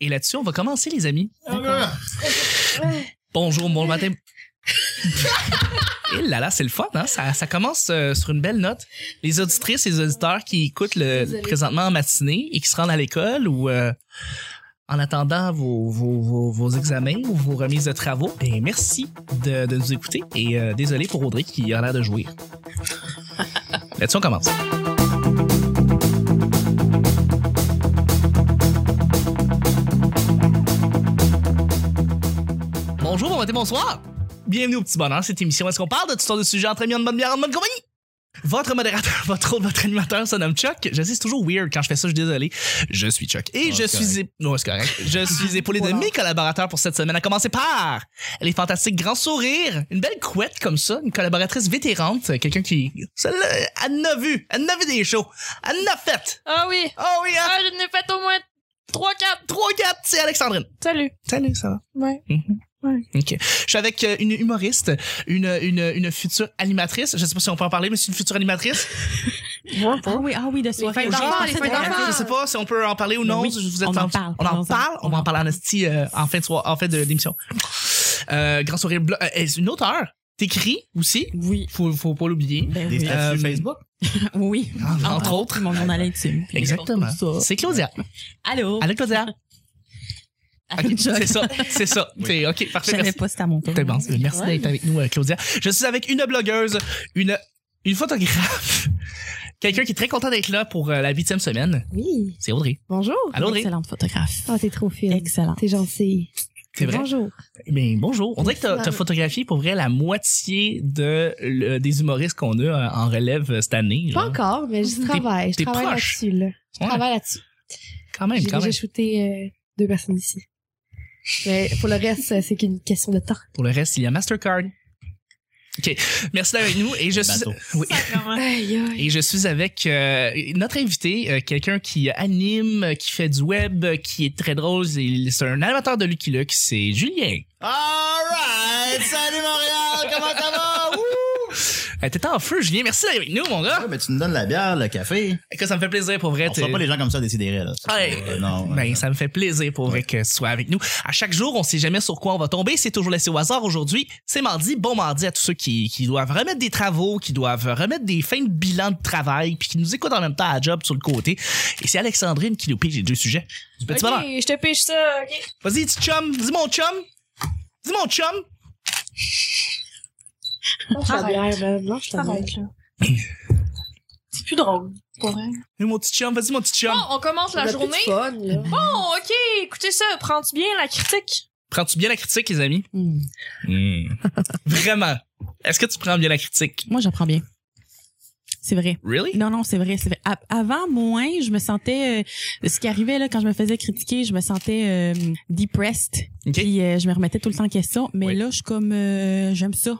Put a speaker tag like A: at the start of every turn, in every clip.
A: Et là-dessus, on va commencer, les amis.
B: Ah,
A: Bonjour, bon matin. Et là là, c'est le fun, hein? ça, ça commence euh, sur une belle note. Les auditrices et les auditeurs qui écoutent le
B: Désolée.
A: présentement en matinée et qui se rendent à l'école ou euh, en attendant vos, vos, vos, vos examens ou vos remises de travaux, ben, merci de, de nous écouter et euh, désolé pour Audrey qui a l'air de jouir. Là-dessus, on commence. Bonjour, bon matin, bonsoir. Bienvenue au Petit Bonheur, cette émission. Est-ce qu'on parle de toutes sortes de sujets entre amis, en bonne bière, en bonne compagnie? Votre modérateur, votre hôte, votre animateur se nomme Chuck. Je sais, c'est toujours weird quand je fais ça, je suis désolé. Je suis Chuck. Et
C: Oh,
A: je
C: c'est
A: suis... ép- Non, c'est correct. Je suis épaulé de
B: Voilà.
A: mes collaborateurs pour cette semaine, à commencer par les fantastiques grands sourires, une belle couette comme ça, une collaboratrice vétérante, quelqu'un qui... Celle-là, elle n'a vu, elle n'a vu des shows, elle n'a fait.
B: Ah oui,
A: Oh oui, hein?
B: ah, je n'ai fait au moins 3-4.
A: 3-4, c'est Alexandrine.
B: Salut.
A: Salut, ça va?
B: Ouais.
A: Mhm.
B: Ouais.
A: Ok. Je suis avec euh, une humoriste, une, une, une future animatrice. Je sais pas si on peut en parler, mais c'est une future animatrice.
D: Ah oui, ah oui, de soirée.
B: fêtes d'enfants, les fêtes d'enfants.
A: Je sais pas si on peut en parler ou non.
D: Mais oui,
A: Je vous ai
D: on en
A: tendu-
D: parle.
A: On en parle. On va en parler en
D: parle.
A: esti euh, en fin de soir, en fin de d'émission. Euh, grand sourire bleu. euh, est-ce une auteure. T'écris aussi.
D: Oui.
A: Faut, faut pas l'oublier.
D: Ben
C: Des
D: oui.
C: statuts
A: Euh,
C: Facebook.
D: oui. Ah,
A: Entre autres.
D: Mon journal intime. puis
A: Exactement.
D: tout ça.
A: C'est Claudia.
D: Allô.
A: Allô, Claudia. Ok,
D: Allô, Chuck.
A: c'est ça. C'est ça.
C: Oui.
A: C'est- ok,
D: Je
A: parfait.
D: savais
A: Merci.
D: pas si t'as mon tour.
A: T'es bon, c'est- Merci d'être avec nous, euh, Claudia. Je suis avec une blogueuse, une, une photographe, quelqu'un qui est très content d'être là pour euh, la huitième semaine.
E: Oui.
A: C'est Audrey.
E: Bonjour.
A: Allô, Audrey?
D: Excellente photographe.
E: Ah, t'es trop fine.
D: Excellent.
E: T'es gentille.
A: C'est vrai.
E: Bonjour.
A: Mais bonjour. On dirait que t'as, t'as photographié pour vrai la moitié de, le- des humoristes qu'on a euh, en relève euh, cette année.
E: Pas
A: genre.
E: encore, mais je travaille. Je
A: t'es
E: travaille
A: proche.
E: là-dessus, là. Je
A: Ouais.
E: travaille là-dessus.
A: Quand même,
E: Ah J'ai
A: quand
E: déjà
A: même.
E: shooté euh, deux personnes ici. Mais pour le reste, euh, c'est qu'une question de temps.
A: Pour le reste, il y a Mastercard. OK. Merci d'être avec nous. Et je suis...
C: Bateau.
A: Oui.
E: Aïe, aïe.
A: Et je suis avec euh, notre invité, euh, quelqu'un qui anime, euh, qui fait du web, euh, qui est très drôle. Il- C'est un animateur de Lucky Luke, c'est Julien.
C: Alright! Salut Montréal! Comment ça va?
A: Euh, T'étais en feu, Julien. Merci d'être avec nous, mon gars.
C: Ouais, Ah, mais tu nous donnes la bière, le café.
A: Que ça me fait plaisir pour vrai.
C: On fera
A: t'es-
C: pas les gens comme ça décider, là.
A: Ouais.
C: Euh, non.
A: Ben,
C: euh,
A: ça me fait plaisir pour vrai que tu sois avec nous. À chaque jour, on sait jamais sur quoi on va tomber. C'est toujours laissé au hasard. Aujourd'hui, c'est mardi. Bon mardi à tous ceux qui, qui doivent remettre des travaux, qui doivent remettre des fins de bilan de travail, puis qui nous écoutent en même temps à la job sur le côté. Et c'est Alexandrine qui nous pige les deux sujets du petit bonheur.
B: je te pêche ça, ok.
A: Vas-y, dis chum, dis mon chum. Dis mon chum.
E: Lâche la bière, man. Lâche la bière.
B: Arrête, là. C'est plus drôle. Pour vrai.
A: Oui, mon petit chum, vas-y, mon petit chum.
B: Bon, Ah, on commence la
E: On a plus de
B: journée.
E: fun, là.
B: Bon, ok, écoutez ça, prends-tu bien la critique?
A: Prends-tu bien la critique, les amis?
D: Hmm.
A: Vraiment. Est-ce que tu prends bien la critique?
D: Moi, j'apprends bien. C'est vrai.
A: Really?
D: Non, non, c'est vrai, c'est vrai. A- Avant, moins, je me sentais... euh, ce qui arrivait, là, quand je me faisais critiquer, je me sentais euh, depressed.
A: OK.
D: Puis euh, je me remettais tout le temps en question. Mais
A: Oui.
D: là, je suis comme... euh, j'aime ça.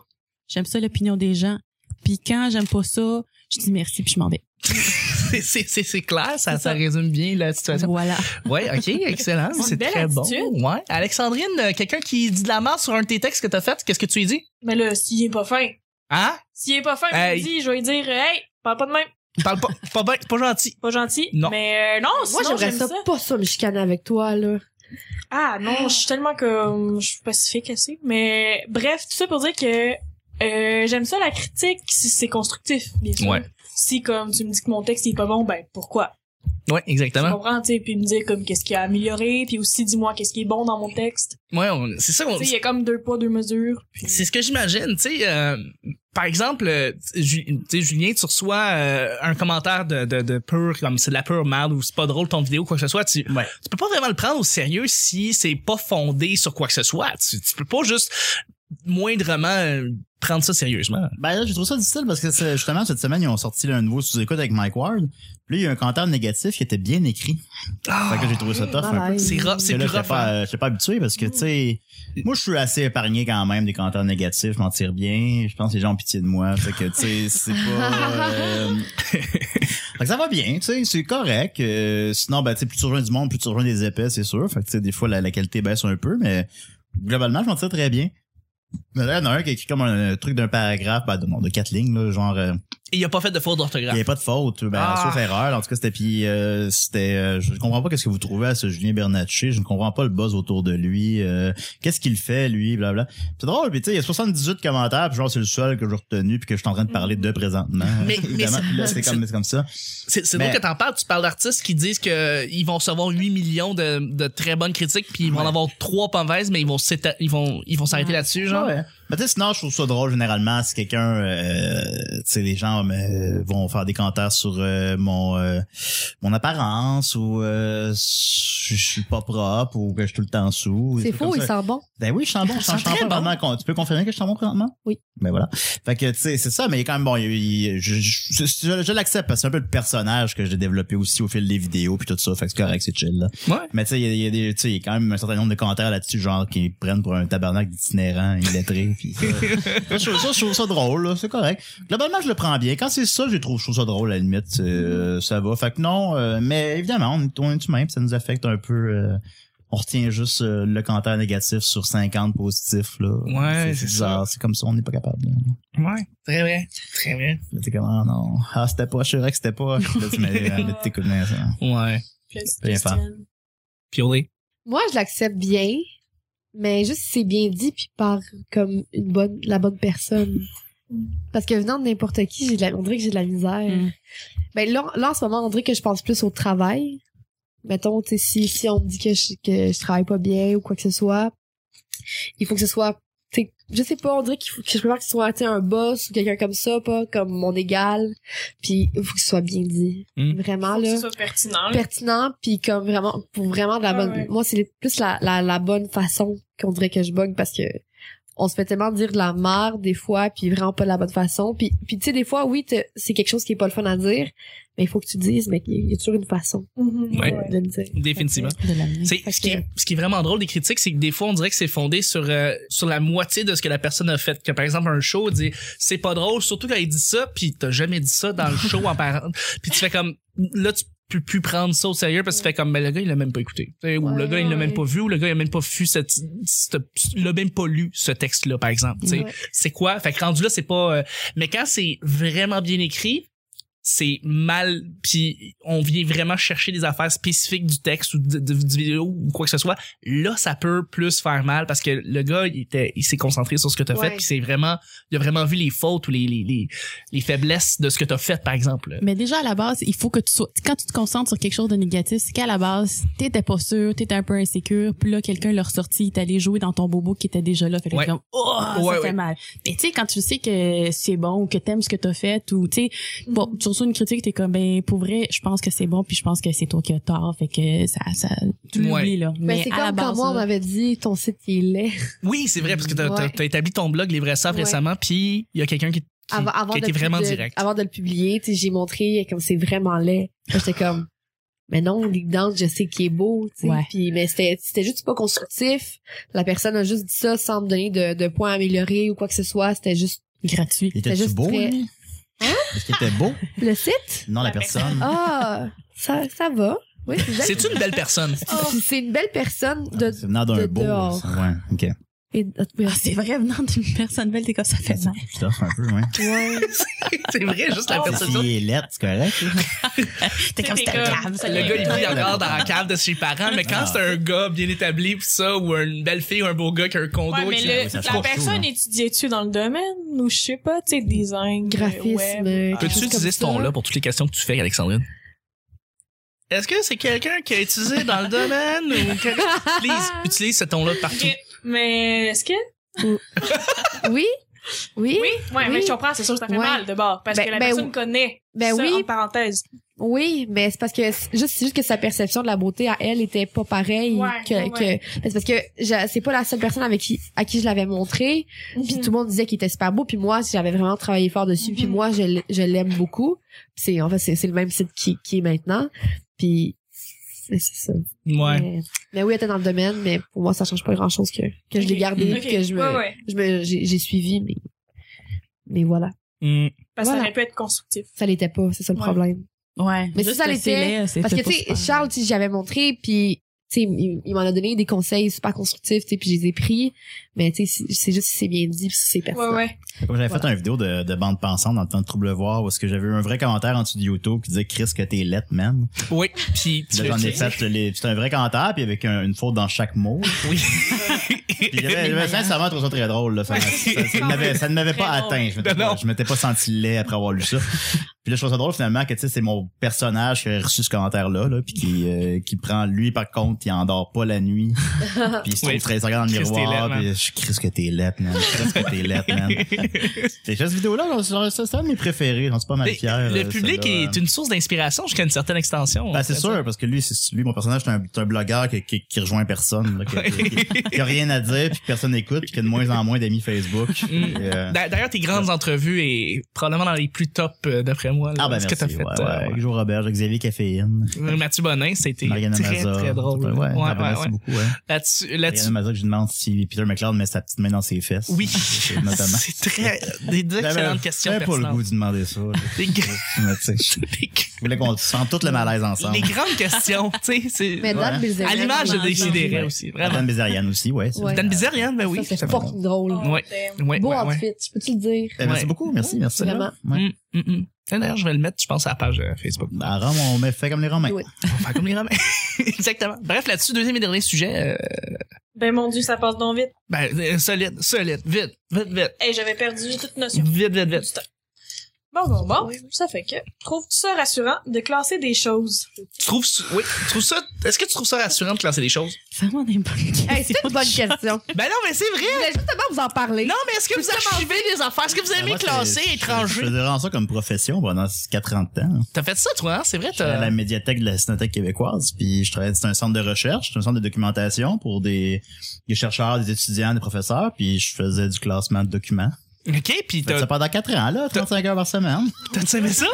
D: J'aime ça, l'opinion des gens. Puis quand j'aime pas ça, je dis merci, puis je m'en vais.
A: C'est- C'est c'est- c'est clair, ça,
D: C'est ça.
A: ça résume bien la situation.
D: Voilà.
A: Ouais, ok, excellent.
B: C'est une
A: C'est
B: belle
A: très
B: attitude.
A: bon. Ouais. Alexandrine, euh, quelqu'un qui dit de la merde sur un de tes textes que t'as fait, qu'est-ce que tu lui dis?
B: Mais là, s'il est pas fin,
A: Hein?
B: s'il est pas fin,
A: Hey.
B: je lui dis, je vais lui dire, hey, parle pas de même,
A: Parle pas, pas bien, pas gentil.
B: pas gentil.
A: Non.
B: Mais euh, non,
E: Moi,
B: sinon,
E: j'aimerais
B: j'aime ça.
E: ça, pas ça, me chicaner avec toi, là.
B: Ah non, je suis tellement comme je suis pacifique assez. Mais bref, tout ça pour dire que euh, j'aime ça la critique si c'est constructif, bien sûr.
A: Ouais.
B: Si comme tu me dis que mon texte il est pas bon, ben pourquoi
A: Ouais,
B: Tu
A: exactement.
B: comprends, tu sais, puis me dire comme qu'est-ce qui a amélioré, puis aussi dis-moi qu'est-ce qui est bon dans mon texte.
A: Ouais, on- c'est ça. on-
B: Tu sais, il y a comme deux poids deux mesures. puis-
A: C'est ce que j'imagine, tu sais. euh, par exemple, euh, Ju- tu sais, Julien, tu reçois euh, un commentaire de, de, de pur, comme c'est de la pure merde ou c'est pas drôle ton vidéo, quoi que ce soit. Tu,
C: Ouais.
A: tu peux pas vraiment le prendre au sérieux si c'est pas fondé sur quoi que ce soit. Tu, tu peux pas juste moindrement euh, prendre ça sérieusement.
C: Ben là, je trouve ça difficile parce que c'est- justement, cette semaine, ils ont sorti là, un nouveau sous-écoute avec Mike Ward. Puis là, il y a un commentaire négatif qui était bien écrit. Fait que j'ai trouvé ça tough un peu.
E: Malaise.
A: C'est rough, c'est
C: Ah! Mais
A: plus rough.
C: là, j'étais
A: hein.
C: pas, euh, j'étais pas habitué parce que, tu sais, moi, je suis assez épargné quand même des commentaires négatifs, je m'en tire bien. Je pense que les gens ont pitié de moi. Fait que, tu sais, c'est pas... euh, fait que ça va bien, tu sais, c'est correct. Euh, sinon, ben, tu sais, plus tu rejoins du monde, plus tu rejoins des épais, c'est sûr. Fait que, tu sais, des fois, la, la qualité baisse un peu, mais globalement, je m'en tire très bien. Mais là, il y en a un qui a écrit comme un, un truc d'un paragraphe, ben, de, non, de quatre lignes, là, genre... euh,
A: Et il a pas fait de faute
C: Il n'y
A: d'orthographe.
C: avait pas de faute, ben,
A: Ah.
C: sauf erreur. En tout cas, c'était puis euh, c'était. euh, je comprends pas qu'est-ce que vous trouvez à ce Julien Bernatchez. Je ne comprends pas le buzz autour de lui. euh, qu'est-ce qu'il fait lui, blabla. C'est drôle, puis tu sais, il y a 78 commentaires, puis genre c'est le seul que j'ai retenu puis que je suis en train de parler de présentement.
A: Mm. Mais- mais
C: Évidemment,
A: c'est-
C: puis là, c'est
A: c'est-
C: comme c'est comme ça.
A: C'est c'est
C: Mais-
A: drôle que t'en parles. Tu parles d'artistes qui disent que euh, ils vont recevoir 8 millions de, de très bonnes critiques, puis ils vont en
C: Ouais. Ah.
A: avoir trois pas mauvaises, mais ils vont s'éta- ils vont ils vont s'arrêter
D: Ouais.
A: là-dessus, genre.
C: Ouais. Mais tu sais, sinon, je trouve ça drôle généralement si quelqu'un, euh, tu sais, les gens euh, vont faire des commentaires sur euh, mon euh, mon apparence ou euh, je je suis pas propre ou que je suis tout le temps sous.
E: C'est faux, il sent bon.
C: Ben oui, je sens bon, je sens, je
A: sent
C: sens
A: très
C: pas
A: bon.
C: vraiment con- Tu peux confirmer que je sens bon présentement?
E: Oui.
C: Ben voilà. Fait que, tu sais, c'est ça, mais il est quand même bon. il- il- je je, je- je- je l'accepte parce que c'est un peu le personnage que j'ai développé aussi au fil des vidéos puis tout ça. Fait que c'est correct, c'est chill, là.
A: Ouais.
C: Mais tu sais, il y a, il y a des, tu sais, il y a quand même un certain nombre de commentaires là-dessus, genre, qui prennent pour un tabarnak d'itinérant, illettré, puis euh, ça. Ça, je, trouve ça, je trouve ça drôle, là. C'est correct. Globalement, je le prends bien. Quand c'est ça, je trouve, je trouve ça drôle, à la limite. euh, ça va. Fait que non, euh, mais évidemment, on est, on est humain, puis ça nous affecte un peu, euh, on retient juste euh, le commentaire négatif sur 50 positifs, là.
A: Ouais, c'est
C: bizarre. C'est comme ça, on n'est pas capable. là.
A: Ouais. Très vrai. Très vrai.
C: Là, T'es comme, ah non. Ah, c'était pas, je suis vrai que c'était pas. Là, tu mets, euh, t'écoutes bien ça.
A: Ouais.
C: Rien faire.
A: Puis on est.
E: Moi, je l'accepte bien, mais juste si c'est bien dit puis par comme une bonne, la bonne personne. Parce que venant de n'importe qui, j'ai de la, on dirait que j'ai de la misère.
D: Mm.
E: Ben là, là, en ce moment, on dirait que je pense plus au travail. Mettons, tu sais, si, si on me dit que je, que je travaille pas bien ou quoi que ce soit, il faut que ce soit, tu sais, je sais pas, on dirait qu'il faut que je préfère que ce soit, tu sais, un boss ou quelqu'un comme ça, pas comme mon égal. Puis il faut que ce soit bien dit.
A: Mm.
E: Vraiment,
B: Faut que
E: là
B: ce soit pertinent. là.
E: pertinent puis comme vraiment pour vraiment de la
B: Ah
E: bonne
B: ouais.
E: moi c'est plus la, la, la bonne façon qu'on dirait que je bug parce que on se fait tellement dire de la merde des fois puis vraiment pas de la bonne façon puis puis tu sais des fois oui t'as- c'est quelque chose qui est pas le fun à dire mais il faut que tu dises mais il y a toujours une façon
B: Mhm,
A: Ouais.
E: de le dire
A: Définitivement.
D: de l'amener.
A: C'est-
E: Fait
A: ce, qui
E: que-
A: est, ce qui est vraiment drôle des critiques, c'est que des fois, on dirait que c'est fondé sur, euh, sur la moitié de ce que la personne a fait. Que par exemple, un show dit c'est pas drôle, surtout quand il dit ça, puis t'as jamais dit ça dans le show en parlant. Puis tu fais comme là, tu peux plus prendre ça au sérieux parce que tu fais comme mais le gars il l'a même pas écouté Tu sais, ou le
E: Ouais,
A: gars il l'a
E: ouais.
A: même pas vu ou le gars il a même pas vu cette, cette- l'a même pas lu ce texte là par exemple tu sais
E: Ouais.
A: c'est quoi fait que rendu là c'est pas euh, mais quand c'est vraiment bien écrit c'est mal puis on vient vraiment chercher des affaires spécifiques du texte ou de, de- du vidéo ou quoi que ce soit là ça peut plus faire mal parce que le gars il était il s'est concentré sur ce que t'as
E: Ouais.
A: fait puis c'est vraiment il a vraiment vu les fautes ou les les, les, les faiblesses de ce que t'as fait par exemple
D: Mais déjà, à la base, il faut que tu sois, quand tu te concentres sur quelque chose de négatif, c'est qu'à la base, t'étais pas sûr, t'étais un peu insécure, puis là, quelqu'un l'a ressorti, il est allé jouer dans ton bobo qui était déjà là, fait que
A: Ouais.
D: t'es comme, oh,
A: Ouais,
D: ça
A: ouais.
D: fait mal. Mais tu sais, quand tu sais que c'est bon, ou que t'aimes ce que t'as fait, ou tu sais, bon,
E: Mm.
D: tu reçois une critique, t'es comme, ben, pour vrai, je pense que c'est bon, puis je pense que c'est toi qui as tort, fait que ça, ça, tu
A: Ouais.
D: l'oublies, là.
E: mais Ben, c'est
D: à la
E: comme quand
D: base, euh,
E: moi on
D: là,
E: m'avait dit ton site il est laid
A: oui c'est vrai parce que t'as
E: Ouais.
A: t'as- t'as établi ton blog les vrais savent
E: Ouais.
A: récemment puis il y a quelqu'un qui, qui,
E: avant, avant
A: qui a
E: de
A: été
E: le-
A: vraiment
E: de-
A: direct
E: Avant de le publier, tu sais, j'ai montré comme c'est vraiment laid. Là, J'étais comme, mais non, Lip Dance, je sais qu'il est beau, tu sais.
D: Ouais.
E: Puis, mais c'était, c'était juste pas constructif. La personne a juste dit ça sans me donner de, de points à améliorer ou quoi que ce soit. C'était juste
D: gratuit.
C: Il
E: C'était
C: était-tu
E: juste
C: beau,
E: très-
C: lui?
E: Hein?
C: Est-ce qu'il était beau?
E: le site.
C: Non, la
B: La
C: personne.
E: Ah, ça, ça va. Oui, c'est exact.
A: c'est une belle personne
E: Puis c'est une belle personne Ah, de,
C: C'est venant d'un
E: de
C: beau.
E: dehors.
C: ça. Ouais, ok.
E: et de-
D: Ah, c'est vrai, venant d'une personne belle, t'es comme, ça fait
C: C'est
D: mal.
C: plus tough un peu, ouais.
E: ouais.
A: c'est vrai juste la
E: Ah,
B: Oh.
A: personne
C: Si est lettre, c'est correct. là.
D: T'es comme,
B: T'es
D: c'était
B: comme-
D: grave, ça
A: Le
D: fait
A: gars, il
D: mal.
A: vit encore dans la cave de ses parents, mais quand
C: Ah.
A: c'est un gars bien établi, pis ça, ou une belle fille, ou un beau gars qui a un condo,
B: Ouais, mais
A: qui-
B: le-
C: oui, ça change
B: la
C: tout,
B: personne
C: là.
B: étudiait-tu dans le domaine ou je sais pas, tu sais, design, euh,
E: Graphisme.
B: web.
E: quelque chose
A: Peux-tu
E: comme
A: utiliser ce
E: ça.
A: ton-là pour toutes les questions que tu fais, Alexandrine? Est-ce que c'est quelqu'un qui a utilisé dans le domaine ou quelque- Please, utilise ce ton-là partout.
B: Ok, Mais est-ce que
E: Oui? Oui?
B: oui, ouais,
E: Oui.
B: mais je comprends, c'est sûr que ça fait
E: Ouais.
B: mal de bord parce
E: Ben-
B: que la
E: ben
B: personne
E: oui.
B: connaît.
E: Ben
B: ça,
E: oui.
B: entre parenthèses.
E: Oui, mais c'est parce que c'est juste c'est juste que sa perception de la beauté à elle était pas pareille
B: Ouais,
E: que,
B: ouais, ouais.
E: que mais c'est parce que je- c'est pas la seule personne avec qui à qui je l'avais montré, puis tout le monde disait qu'il était super beau, puis moi j'avais vraiment travaillé fort dessus, puis
B: Mhm.
E: moi je l- je l'aime beaucoup. Puis C'est en fait c'est c'est le même site qui qui est maintenant, puis mais c'est ça.
A: Ouais.
E: Mais, mais oui, elle était dans le domaine, mais pour moi ça change pas grand chose que que je l'ai
B: Ok.
E: gardé,
B: Ok.
E: que je me
B: Ouais, ouais.
E: je me j'ai j'ai suivi, mais mais voilà,
A: Mm.
B: Parce
E: Voilà.
B: que ça aurait pu être constructif.
E: ça l'était pas, c'est ça le
B: Ouais.
E: problème.
D: Ouais.
E: Mais
D: Juste
E: ça, ça
D: que
E: l'était,
D: c'est laid, c'est-
E: Parce que,
D: c'est
E: tu
D: pas super.
E: sais, Charles, si j'avais montré, puis, tu sais, il, il m'en a donné des conseils super constructifs, tu sais, puis je les ai pris. Mais tu sais, c'est- c'est juste si c'est bien dit, pis si c'est
B: Ouais,
E: pertinent.
B: ouais.
C: Comme j'avais fait
E: Voilà.
C: une vidéo de, de bande pensante dans le temps de trouble voir où est-ce que j'avais eu un vrai commentaire en dessous de YouTube qui disait Chris que t'es lettre, man.
A: Oui, puis
C: Puis là, j'en ai fait les- c'était un vrai commentaire puis avec un- une faute dans chaque mot.
A: Oui.
C: Puis j'avais j'avais sincèrement trouvé ça très drôle. là. Ça, ça- ça ne m'avait- ça ne m'avait pas
B: Très drôle.
C: atteint. Je
A: Ben
C: m'étais pas-
A: non.
C: je m'étais pas senti laid après avoir lu ça. Puis là, je trouve ça drôle finalement que tu sais, c'est mon personnage qui a reçu ce commentaire-là, là, puis qui, euh, qui prend lui par contre, il endort pas la nuit. Puis il se trouve
A: Oui.
C: très regarde dans le
A: Chris, t'es
C: miroir,
A: laid, man.
C: puis je Chris que t'es laid, man. Chris que t'es laid, man. Fait que cette vidéo-là, genre, c'est c'est un de mes préférés. J'en suis pas mal
A: Mais
C: fier.
A: le
C: euh,
A: public
C: celle-là.
A: est une source d'inspiration jusqu'à une certaine extension.
C: Ben, c'est sûr, parce que lui, c'est lui, mon personnage, c'est un, c'est un blogueur qui, qui, qui rejoint personne, là, qui, qui- qui a rien à dire, puis que personne n'écoute, puis qui a de moins en moins d'amis
A: Mm.
C: Facebook. Puis, euh,
A: D'a- D'ailleurs, tes grandes entrevues est probablement dans les plus top, euh, d'après moi. là,
C: ah ben
A: ce
C: merci.
A: que t'as fait.
C: ouais, ouais.
A: euh,
C: Avec Jo Robert, avec Xavier Caféine,
A: ouais. Mathieu Bonin, c'était
C: Marianne
A: très,
C: Amaza.
A: très drôle.
C: Ouais,
A: Ouais,
C: ouais,
A: ouais,
C: merci
A: ouais.
C: beaucoup. Ouais.
A: Là-dessus,
C: Marianne
A: là-dessus-
C: Amaza, que je demande si Peter McLeod met sa petite main dans ses fesses.
A: oui.
C: Notamment. Ben,
A: C'est très, des
C: J'avais-
A: excellentes questions
C: j'avais pas le
A: personnelles.
C: goût de demander ça. là.
A: Des gr-
C: Mais tu sais,
A: des gr-
C: Je voulais qu'on sente tout le malaise ensemble.
A: Les grandes questions, tu sais, c'est
E: Mais Dan Bilzerian,
A: à l'image de
E: vraiment,
A: Décideret
C: Ouais.
A: aussi, vraiment.
C: Dan Bézarian aussi, ouais. c'est
E: Ouais.
C: vrai.
A: Dan Bizarian, ben oui.
E: Ça, c'est
C: ça fait
E: fucking drôle.
B: Oh,
A: Ouais.
B: damn.
A: Ouais,
E: Beau
A: ouais, ouais.
E: outfit, je peux-tu le dire?
C: Eh, Merci
A: Ouais.
C: beaucoup, merci, merci.
E: Vraiment.
C: Ouais.
A: Mm,
C: Bah.
A: mm, mm. Et D'ailleurs, je vais le mettre, je pense, à la page euh, Facebook.
C: À Rome, on met- fait comme les Romains.
E: Oui.
A: On va faire comme les Romains. Exactement. Bref, là-dessus, deuxième et dernier sujet. euh,
B: Ben mon dieu, ça passe donc vite.
A: ben, euh, solide, solide, vite, vite, vite.
B: Hey, j'avais perdu toute notion.
A: Vite, vite, vite.
B: du temps. Bon, bon, bon. Ça fait que. Trouves-tu ça rassurant de classer des choses?
A: Tu trouves, ça- oui, tu trouves ça, est-ce que tu trouves ça rassurant de classer des choses?
D: Vraiment des bonnes questions.
E: Hey, c'est une bonne question.
A: Ben non, mais c'est
E: Je
A: vrai!
E: voulais justement vous en parler.
A: Non, mais est-ce que vous archivez les affaires? Est-ce que vous aimez
C: Ben, Moi, c'est-
A: classer
C: je-
A: étranger?
C: Je faisais vraiment ça comme profession pendant 40 ans.
A: T'as fait ça, toi, hein? C'est vrai,
C: J'étais à la
A: t'as...
C: médiathèque de la Cinéthèque québécoise, puis je travaillais, c'était un centre de recherche, c'était un centre de documentation pour des, des chercheurs, des étudiants, des professeurs, puis je faisais du classement de documents.
A: Ok, pis
C: Fait que
A: t'as...
C: ça pendant 4 ans, là, 35 heures par semaine.
A: T'as aimé ça?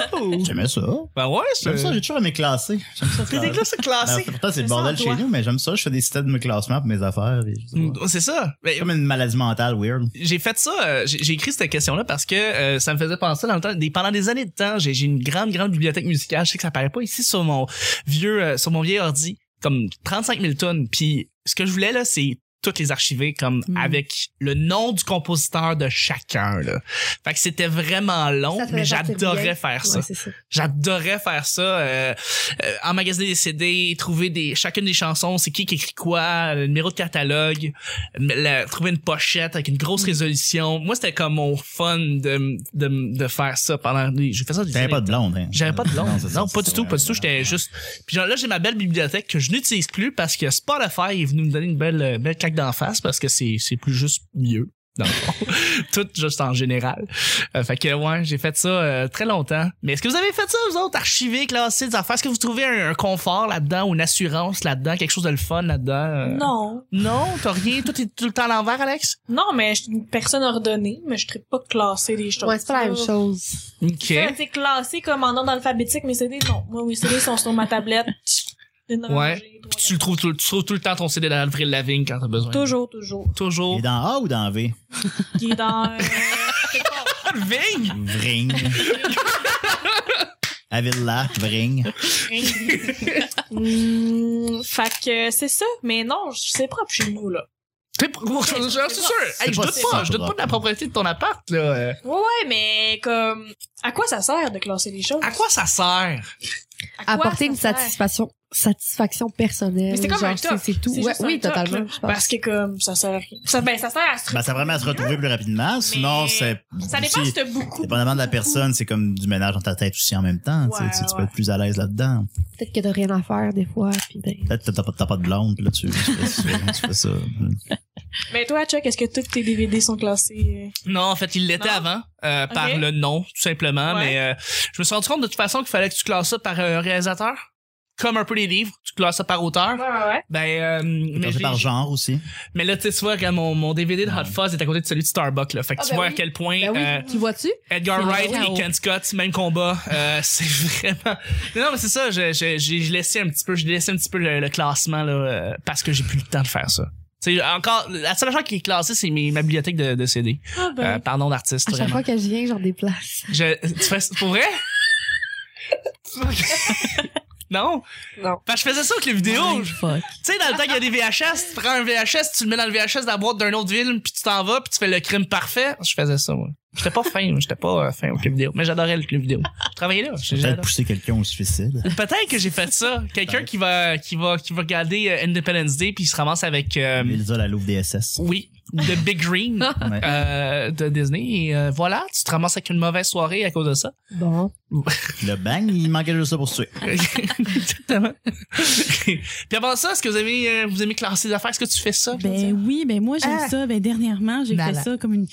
A: ou-
C: J'aimais ça.
A: Ben ouais,
C: J'aime ça, j'ai toujours aimé classer. J'aime ça.
A: T'es
C: classer.
A: des classes
C: Alors,
A: classées.
C: Pourtant, c'est
B: C'est
C: le
B: ça,
C: bordel
B: toi.
C: chez nous, mais j'aime ça. Je fais des systèmes de classement pour mes affaires. et je sais pas.
A: Mm, C'est ça. Ben,
C: C'est comme une maladie mentale weird.
A: j'ai fait ça, euh, j'ai j'ai écrit cette question-là parce que euh, ça me faisait penser dans le temps, des, pendant des années de temps, j'ai j'ai une grande, grande bibliothèque musicale. Je sais que ça paraît pas ici sur mon vieux, euh, sur mon vieil ordi, comme 35 000 tonnes. Puis ce que je voulais là, c'est toutes les archiver comme
D: Mm.
A: avec le nom du compositeur de chacun là. Fait que c'était vraiment long,
E: Ça te
A: mais
E: fait sentir bien.
A: j'adorais faire ça.
E: Ouais, c'est ça.
A: J'adorais faire ça, euh, euh, emmagasiner des CD, trouver des chacune des chansons, c'est qui qui écrit quoi, le numéro de catalogue, la- trouver une pochette avec une grosse résolution. Moi, c'était comme mon fun de, de, de faire ça pendant. J'ai fait ça. des
C: J'avais pas
A: années.
C: de blonde, hein.
A: J'avais pas de long.
C: Non, c'est ça,
A: Non,
C: c'est
A: pas du
C: ça,
A: tout,
C: ouais,
A: pas du tout.
C: ouais.
A: J'étais juste. Puis genre, là, j'ai ma belle bibliothèque que je n'utilise plus parce que Spotify est venu me donner une belle, euh, belle claque d'en face parce que c'est, c'est plus juste mieux. Dans le fond. tout juste en général. Euh, fait que ouais, j'ai fait ça euh, très longtemps. Mais est-ce que vous avez fait ça, vous autres, archiver, classer des affaires? Est-ce que vous trouvez un, un confort là-dedans ou une assurance là-dedans, quelque chose de le fun là-dedans? euh?
B: Non.
A: Non, t'as rien, tout est tout le temps à l'envers, Alex?
B: Non, mais je suis une personne ordonnée, mais je ne pas de classer des choses.
E: Ouais, c'est pas la même chose.
A: OK.
B: Ça, C'est classé comme en ordre alphabétique, mes CD, non. Moi, mes CD sont sur ma tablette. Les noms
A: Ouais.
B: rangés, droit.
A: Tu le trouves, tout- tu trouves tout le temps ton CD d'Avril Lavigne quand t'as besoin.
B: Toujours, toujours.
A: Toujours.
C: Il est dans A ou dans V?
B: Qui est dans... euh, quelque part.
A: Ah, Lavigne!
C: Vring. Avila, Vring.
B: Hum, fait que c'est ça, mais non, je- c'est propre chez nous, là.
A: T'es pro- c'est sûr.
B: C'est
A: Hey, je
C: pas
A: doute
C: si
A: pas,
C: simple,
A: je doute pas de la propriété de ton appart là. Euh,
B: Ouais, ouais, mais comme... À quoi ça sert de classer les choses?
A: À quoi ça sert
B: À quoi
E: Apporter
B: ça
E: une
B: sert?
E: satisfaction, satisfaction personnelle.
B: Mais c'est comme
E: genre,
B: un toc.
E: C'est c'est tout.
B: C'est
E: Ouais,
B: juste un
E: oui,
B: toc,
E: totalement.
B: là.
E: je pense.
B: Parce que comme, ça sert à rien. Ça, ben, ça sert à se...
C: Ben, ça permet à se retrouver plus rapidement. Sinon,
B: Mais
C: c'est.
B: ça dépend
C: aussi,
B: si t'as beaucoup.
C: Dépendamment de la personne, c'est comme du ménage dans ta tête aussi en même temps. tu sais,
B: Ouais,
C: tu, sais, tu peux
B: ouais.
C: être plus à l'aise là-dedans.
E: Peut-être que t'as rien à faire des fois. Puis ben,
C: Peut-être que t'as pas, t'as pas de blonde, puis là, tu, tu fais, tu fais ça.
B: Mais toi, Chuck, est-ce que tous tes DVD sont classés? euh?
A: Non, en fait, il l'était
B: Non.
A: avant euh, par
B: Ok.
A: le nom tout simplement,
B: Ouais.
A: mais euh, je me suis rendu compte de toute façon qu'il fallait que tu classes ça par euh, réalisateur, comme un peu les livres, tu classes ça par auteur.
B: Ouais, ouais, ouais.
A: Ben, euh, mais,
C: J'ai
A: j'ai-
C: par genre aussi.
A: mais là, tu sais, tu vois, regarde, mon, mon DVD de Hot Fuzz est à côté de celui de Starbucks, là. Fait que
E: Ah,
A: tu
E: ben
A: vois à
E: oui.
A: quel point
E: Ben oui,
A: euh,
E: tu vois-tu?
A: Edgar
D: C'est
A: Wright
D: vraiment
E: oh.
A: et Ken Scott, même combat. Euh, c'est vraiment. Non, mais c'est ça. je- je- J'ai j'ai laissé un petit peu, j'ai laissé un petit peu le, le classement là euh, parce que j'ai plus le temps de faire ça. C'est encore la seule chose qui est classée, c'est mes- ma bibliothèque de, de CD.
B: Ah ben,
A: Euh, pardon d'artiste.
E: À chaque
A: Vraiment.
E: fois que je viens, j'en déplace.
A: Je, tu fais pour vrai Non?
B: Non.
A: Parce que je faisais ça avec les vidéos.
D: Mind fuck.
A: Tu sais, dans le temps qu'il y a des VHS, tu prends un VHS, tu le mets dans le VHS de la boîte d'un autre film, puis tu t'en vas, puis tu fais le crime parfait. Je faisais ça, moi. J'étais pas fin, moi. j'étais pas euh, fin au club vidéo, mais j'adorais le club vidéo. Je travaillais là.
C: Peut-être
A: j'adorais.
C: pousser quelqu'un au suicide.
A: Peut-être que j'ai fait ça. Quelqu'un qui va, qui va, qui va regarder euh, Independence Day puis il se ramasse avec, euh,
C: Il dit la louve DSS.
A: oui, The Big Green
C: Ouais.
A: euh, de Disney. Et euh, voilà, tu te ramasses avec une mauvaise soirée à cause de ça.
E: Bon.
C: Le bang, il manquait juste ça pour se tuer.
A: Exactement. puis avant ça, est-ce que vous avez, euh, vous aimez classer les affaires? Est-ce que tu fais ça?
D: Ben oui, ben moi j'aime
A: Ah.
D: ça. Ben dernièrement, j'ai
A: Voilà.
D: fait ça comme une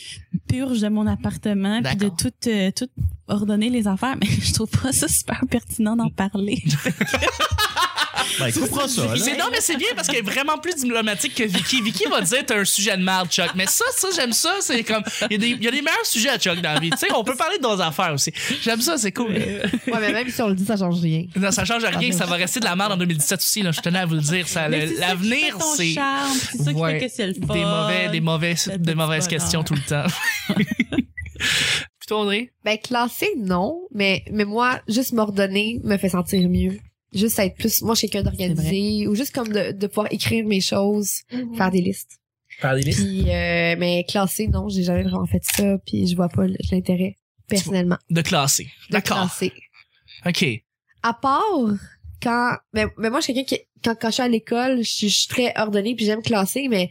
D: purge de mon appartement puis de
A: D'accord.
D: tout euh, tout ordonner les affaires, mais je trouve pas ça super pertinent d'en parler.
C: Ben, coupera ça, là.
A: C'est non, mais c'est bien parce qu'elle est vraiment plus diplomatique que Vicky. Vicky va dire t'as un sujet de merde, Chuck. Mais ça, ça, j'aime ça. C'est comme. Il y, a des- il y a des meilleurs sujets à Chuck dans la vie. Tu sais, on peut parler de nos affaires aussi. J'aime ça, c'est cool.
D: Euh.
E: Ouais, mais même si on le dit, ça change rien.
A: Non, ça change rien. Ça va rester de la merde en 2017 aussi. Là. Je tenais à vous le dire. Ça,
D: Mais
A: le-
D: c'est ça qui
A: L'avenir,
D: fait ton
A: c'est.
D: charme, puis C'est ça qui
A: Ouais.
D: fait que c'est le fun.
A: Des mauvais, des mauvaises,
D: Le
A: des
D: petit
A: mauvaises
D: bonheur.
A: questions tout le temps. Plutôt André?
E: Ben, classé, non. Mais, mais moi, juste m'ordonner me fait sentir mieux. Juste être plus, moi, je suis quelqu'un d'organisé. Ou juste comme de, de pouvoir écrire mes choses, faire des listes.
A: Par des
E: Puis, euh, mais classé, non, j'ai jamais vraiment fait ça. Puis, je vois pas l- l'intérêt, personnellement,
A: De classer.
E: de
A: D'accord.
E: classer.
A: OK.
E: À part quand, mais, mais moi, je suis quelqu'un qui, quand, quand je suis à l'école, je suis je suis très ordonnée puis j'aime classer, mais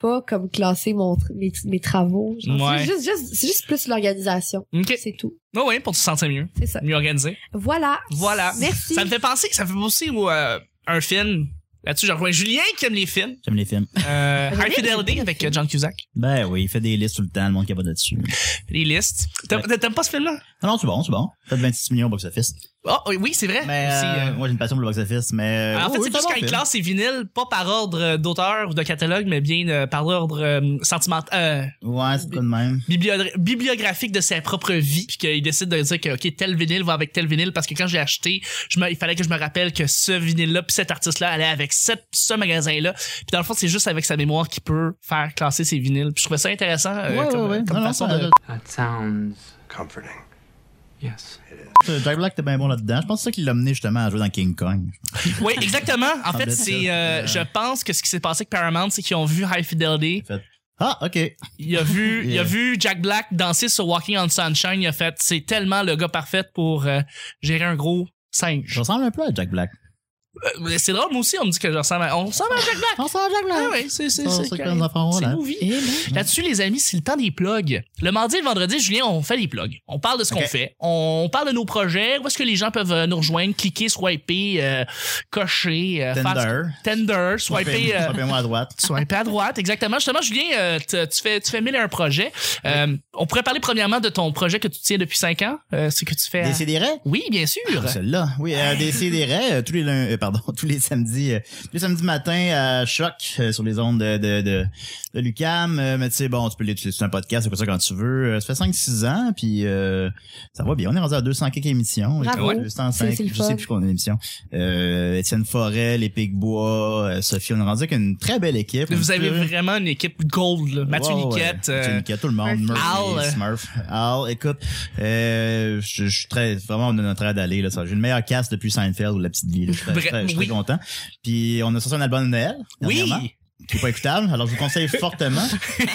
E: pas comme classer mon, tr- mes, mes travaux. genre.
A: Ouais.
E: C'est juste, juste, c'est juste plus l'organisation.
A: OK.
E: C'est tout.
A: Oh oui, pour te sentir mieux.
E: C'est ça.
A: Mieux organisé.
E: Voilà.
A: Voilà.
E: Merci.
A: Ça me fait penser, ça me fait penser au, euh, un film. Là-dessus, je rejoins Julien qui aime les films.
C: J'aime les films.
A: Euh,
E: J'aime
A: High
E: les
A: Fidelity
E: films.
A: avec euh, John Cusack.
C: Ben oui, il fait des listes tout le temps, le monde qui va là-dessus.
A: Les listes. T'aimes t'aimes pas ce film-là?
C: Ah non, c'est bon, c'est bon. Peut-être 26 millions au box-office.
A: Ah, oui, oui, c'est vrai.
C: Mais
A: Aussi,
C: euh,
A: euh, Ah,
C: moi, j'ai une passion pour le box-office, mais...
A: en
C: oh,
A: fait,
C: oui,
A: c'est plus
C: un bon
A: quand ils
C: film.
A: classent les vinyles, pas par ordre euh, d'auteur ou de catalogue, mais bien euh, par ordre euh, sentimental, euh,
C: Ouais, c'est pas de même.
A: bibliogra- bibliographique de sa propre vie, puis qu'ils décident de dire que ok tel vinyle va avec tel vinyle parce que quand j'ai acheté, je me, il fallait que je me rappelle que ce vinyle-là puis cet artiste-là allait avec cette, ce magasin-là. Puis dans le fond, c'est juste avec sa mémoire qu'il peut faire classer ses vinyles. Puis je trouvais ça intéressant euh,
C: Ouais,
A: comme,
C: ouais, ouais.
A: comme
C: Non, non,
A: façon
C: ça-
A: de.
F: That sounds.
G: comforting.
F: Yes.
C: Euh, Jack Black était bien bon là-dedans. Je pense que c'est ça qui l'a mené justement à jouer dans King Kong.
A: Oui, exactement. En fait,
C: Semble-t-il.
A: c'est, euh,
C: Euh,
A: je pense que ce qui s'est passé avec Paramount, c'est qu'ils ont vu High Fidelity.
C: J'ai fait, ah, OK.
A: Il a vu, il a
C: Yeah.
A: vu Jack Black danser sur Walking on Sunshine. Il a fait, c'est tellement le gars parfait pour euh, gérer un gros singe.
C: Je ressemble un peu à Jack Black.
A: Euh, c'est drôle, moi aussi, on me dit que je ressemble à, on ressemble à Jack Black.
C: Je ressemble à Jack Black.
A: Ah ouais, c'est, c'est,
C: Ça,
A: c'est,
C: c'est
A: correct.
C: quand les enfants vont,
A: C'est
C: là.
A: movie.
D: Eh ben,
A: Là-dessus, les amis, c'est le temps des plugs. Le mardi et le vendredi, Julien, on fait les plugs. On parle de ce qu'on
C: Ok.
A: fait. On parle de nos projets. Où est-ce que les gens peuvent euh, nous rejoindre, cliquer, swiper, euh, cocher, euh, faire ce-
C: Tender.
A: Tinder, swiper, euh,
C: Swipez-moi à droite.
A: swiper à droite, exactement. Justement, Julien, euh, t- tu fais, tu fais mille et un projets. Euh, On pourrait parler premièrement de ton projet que tu tiens depuis cinq ans, euh, ce que tu fais. à-
C: Décidérez.
A: Oui, bien sûr.
C: Ah, Celle-là, oui, euh, Décidérez, euh, tous les lun- euh, pardon, tous les samedis, euh, tous les samedis matin à choc euh, sur les ondes de de de, de Lucam, Euh, mais tu sais bon, tu peux l'écouter c'est un podcast, c'est pas ça quand tu veux. Euh, Ça fait 5 6 ans puis euh, ça va bien, on est rendu à 200 quelques émissions, Et
E: Bravo.
C: puis, 205,
E: C'est- c'est le
C: je sais
E: fun.
C: plus combien d'émissions. Euh Étienne Forêt, les Picbois, euh, Sophie, on est rendu avec une très belle équipe.
A: Vous
C: Une
A: avez
C: très-
A: vraiment une équipe gold, là. Mathieu
C: Ouais, ouais.
A: Niquette.
C: Mathieu
A: euh,
C: Niquette, tout le monde.
E: Murphy.
A: Al, euh.
C: Murphy, Smurf. Al, écoute, euh, je, je suis très, vraiment, on a notre aide d'aller, là, ça. J'ai une meilleure casse depuis Seinfeld ou La Petite Vie, là. Je suis très,
A: Vrai-
C: très- je suis très
A: oui.
C: content. Puis, on a sorti un album de Noël.
A: oui.
C: dernièrement, Qui est pas écoutable, alors je vous conseille fortement.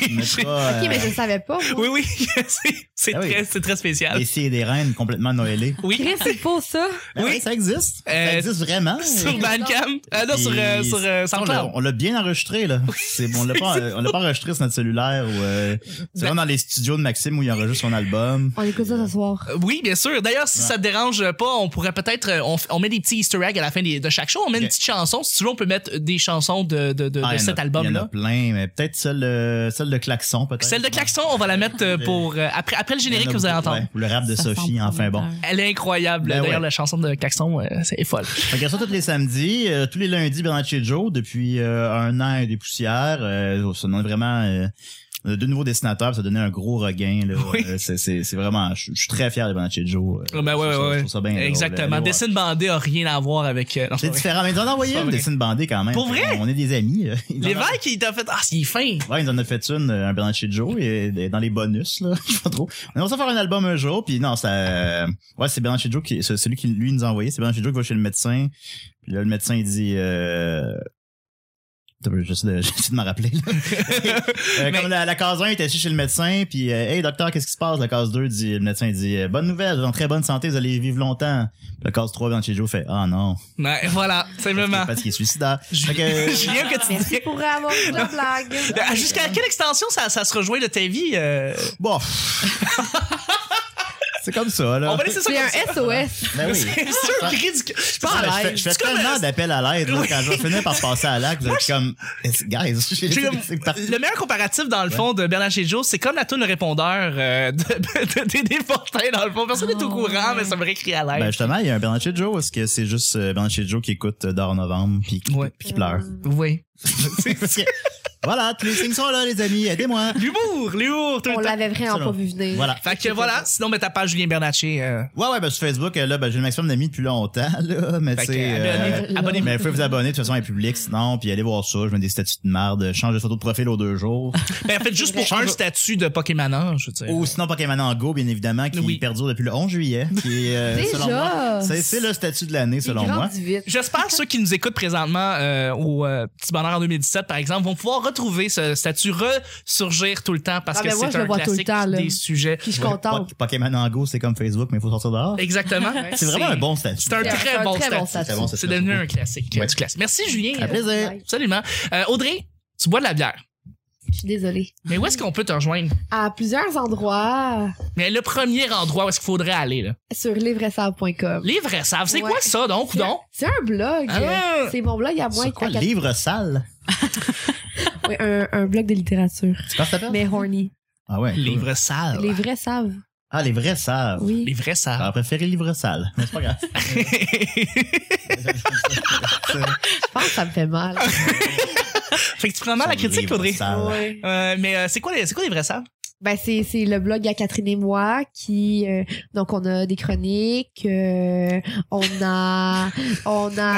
C: Mais pas,
E: Ok, mais je
C: euh,
E: le savais pas.
A: Oui,
E: moi.
A: oui. c'est, c'est
C: Ah oui.
A: très, c'est très spécial.
C: Des et des reines complètement noëlées.
A: Oui.
E: Chris, c'est pour ça.
C: Ben
A: Oui.
C: oui, ça existe.
A: Euh,
C: ça existe vraiment.
A: sur Bandcamp. Ah non, sur, euh,
C: Et-
A: sur euh,
C: on
A: SoundCloud.
C: l'a- on l'a bien enregistré là. C'est bon, on l'a pas, on l'a pas enregistré sur notre cellulaire ou euh,
A: Ben
C: c'est vraiment dans les studios de Maxime où il enregistre son album.
E: On écoute ça ce soir.
A: Euh, Oui, bien sûr. D'ailleurs, si
C: Ouais.
A: ça te dérange pas, on pourrait peut-être, euh, on, f- on met des petits Easter eggs à la fin des- de chaque show. On met une
C: Ok.
A: petite chanson. Si tu veux, on peut mettre des chansons de, de, de, de
C: Ah, y en a-
A: cet
C: y en
A: album-là.
C: a plein, mais peut-être celle, euh, celle de Klaxon, peut-être.
A: Celle de Klaxon, on va la mettre euh, pour euh, après, après le générique
C: Il y en a
A: que vous allez
C: beaucoup,
A: entendre.
C: ouais, ou le rap de
D: ça
C: Sophie,
D: semble
C: enfin bon.
D: prometteur.
A: Elle est incroyable.
C: Ben
A: D'ailleurs,
C: ouais.
A: la chanson de Klaxon, euh, c'est folle.
C: Fait que ça tous les samedis, euh, tous les lundis, Bernard chez Joe, depuis euh, un an et des poussières. Euh, ça demande oh, vraiment euh, euh, deux nouveaux dessinateurs, puis ça donnait un gros regain. Là,
A: Oui.
C: Euh, c'est, c'est, c'est vraiment, je, je suis très fier des Banachets Joe. euh,
A: Ah, ben ouais, ouais, ouais. Exactement.
C: Dessin
A: Dessin bandé a rien à voir avec. euh, non, c'est pas
C: c'est
A: vrai.
C: différent, mais ils en ont envoyé
A: C'est
C: une
A: vrai.
C: dessine bandée quand même.
A: Pour vrai?
C: On est des amis. euh. Ils en ont-
A: L'évêque, il t'a fait. Ah, c'est fin!
C: Ouais, ils en ont fait une, euh, un Banachet Joe, et, et dans les bonus, là. Je sais pas trop. On va faire un album un jour, puis non, ça. euh, Ouais, c'est Banachet Joe qui. C'est celui qui lui nous a envoyé. C'est Banachet Joe qui va chez le médecin. Puis là, le médecin, il dit. Euh... Attends, J'essaie de, j'essaie de m'en rappeler. là. Euh,
A: Mais-
C: Comme la, la case 1 était assis chez le médecin, puis euh, Hey docteur, qu'est-ce qui se passe? La case 2 dit le médecin il dit euh, Bonne nouvelle, vous êtes en très bonne santé, vous allez vivre longtemps. Puis la case 3 Banachet Joe fait Ah non.
A: Ouais, voilà,
C: Parce
A: simplement.
C: que- parce qu'il est suicidaire. Fait que-
A: Julien, que tu
E: Merci
A: dis.
E: pour avoir fait la blague.
A: Ben, Jusqu'à quelle extension ça, ça se rejoint de ta vie? euh,
C: Bon. c'est comme ça, là.
A: On va laisser ça
E: C'est
A: comme
E: un
A: ça.
E: SOS.
C: Ben oui.
A: C'est sûr, ridicule. Je pense
C: Ah, ben,
A: à
C: je fais, je fais
A: C'est comme- euh,
C: tellement d'appels à l'aide là,
A: Oui.
C: quand je vais finir par passer à l'acte, vous êtes comme It's- guys, j'ai-
A: J'ai-
C: c'est parti.
A: Le meilleur comparatif, dans le
C: Ouais.
A: fond, de Bernard chez Joe, c'est comme la toune répondeur euh, de, de, de- des Fortins, dans le fond. Personne n'est au
D: Oh,
A: courant,
D: ouais.
A: mais ça me récrit à
C: Ben
A: l'aise.
C: justement, il y a un Bernard chez Joe, est-ce que c'est juste euh, Bernard chez Joe qui écoute euh, Dors Novembre puis qui,
A: Ouais.
C: puis qui pleure?
A: oui.
C: Parce que- voilà, tous les signes sont là, les amis, aidez-moi.
A: L'humour, l'humour, tout
E: On
A: le temps.
E: l'avait vraiment
C: Absolument.
E: pas vu venir.
C: Voilà.
A: Fait que voilà, sinon, mais ta page Julien Bernatchez. euh,
C: Ouais, ouais, ben sur Facebook, euh, là, ben, j'ai le maximum d'amis depuis longtemps, là, mais
A: Fait
C: tu
A: que,
C: sais. euh,
A: abonnez- abonnez-vous.
C: Mais vous pouvez vous abonner, de toute façon, elle est publique, sinon, puis allez voir ça. Je mets des statuts de merde, change de photo de profil aux deux jours.
A: Ben, en fait, juste pour un statut de Pokémon, je veux dire.
C: Ou sinon Pokémon en Go, bien évidemment, qui
A: Oui.
C: perdure depuis le 11 juillet. Qui, est, euh, selon moi,
E: Déjà.
C: c'est, c'est le statut de l'année, selon
E: Il
C: moi.
E: grandit vite.
A: J'espère ceux qui nous écoutent présentement euh, au euh, Petit Bonheur en 2017, par exemple, vont pouvoir retrouver ce statut ressurgir tout le temps parce
E: Ah,
A: que
E: ben moi,
A: c'est
E: je le
A: un
E: vois tout le
A: classique
E: temps, là.
A: des sujets.
E: Puis je suis
C: Ouais,
E: contente.
C: Po- Pokémon en Go, c'est comme Facebook, mais il faut sortir dehors.
A: Exactement.
C: C'est vraiment un bon statut.
A: C'est un
E: C'est
A: très
E: un
A: bon
E: très bon
A: statut.
E: statut.
C: C'est bon, ça,
A: C'est
C: ça,
A: devenu
C: ça.
A: un classique euh,
C: Ouais.
A: du classique. Merci, Julien.
C: À plaisir.
A: Absolument. Euh, Audrey, tu bois de la bière.
E: Je suis désolée.
A: Mais où est-ce qu'on peut te rejoindre?
E: À plusieurs endroits,
A: Mais le premier endroit où est-ce qu'il faudrait aller, là.
E: sur livresable.com.
A: Les vrais savent. C'est
E: Ouais.
A: quoi ça, donc, ou donc?
E: C'est un blog.
A: Ah!
E: C'est mon blog à moi.
C: C'est quoi,
E: à quatre-
C: livre sale?
E: Oui, un, un blog de littérature.
C: C'est quoi ça s'appelle?
E: Mais horny.
C: Ah ouais. cool.
A: Les vrais savent.
E: Les vrais savent.
C: Ah, les vrais savent.
A: Les
E: Oui.
A: vrais savent.
C: J'aurais préféré livre sale. Mais c'est pas grave.
E: Je pense que ça me fait mal.
A: fait que tu prends mal la
C: Livre
A: critique, Audrey.
C: sale.
E: Ouais.
A: Euh, mais euh, c'est quoi les, c'est quoi les vrais sables?
E: Ben c'est c'est le blog à Catherine et moi qui euh, donc on a des chroniques euh, on a on a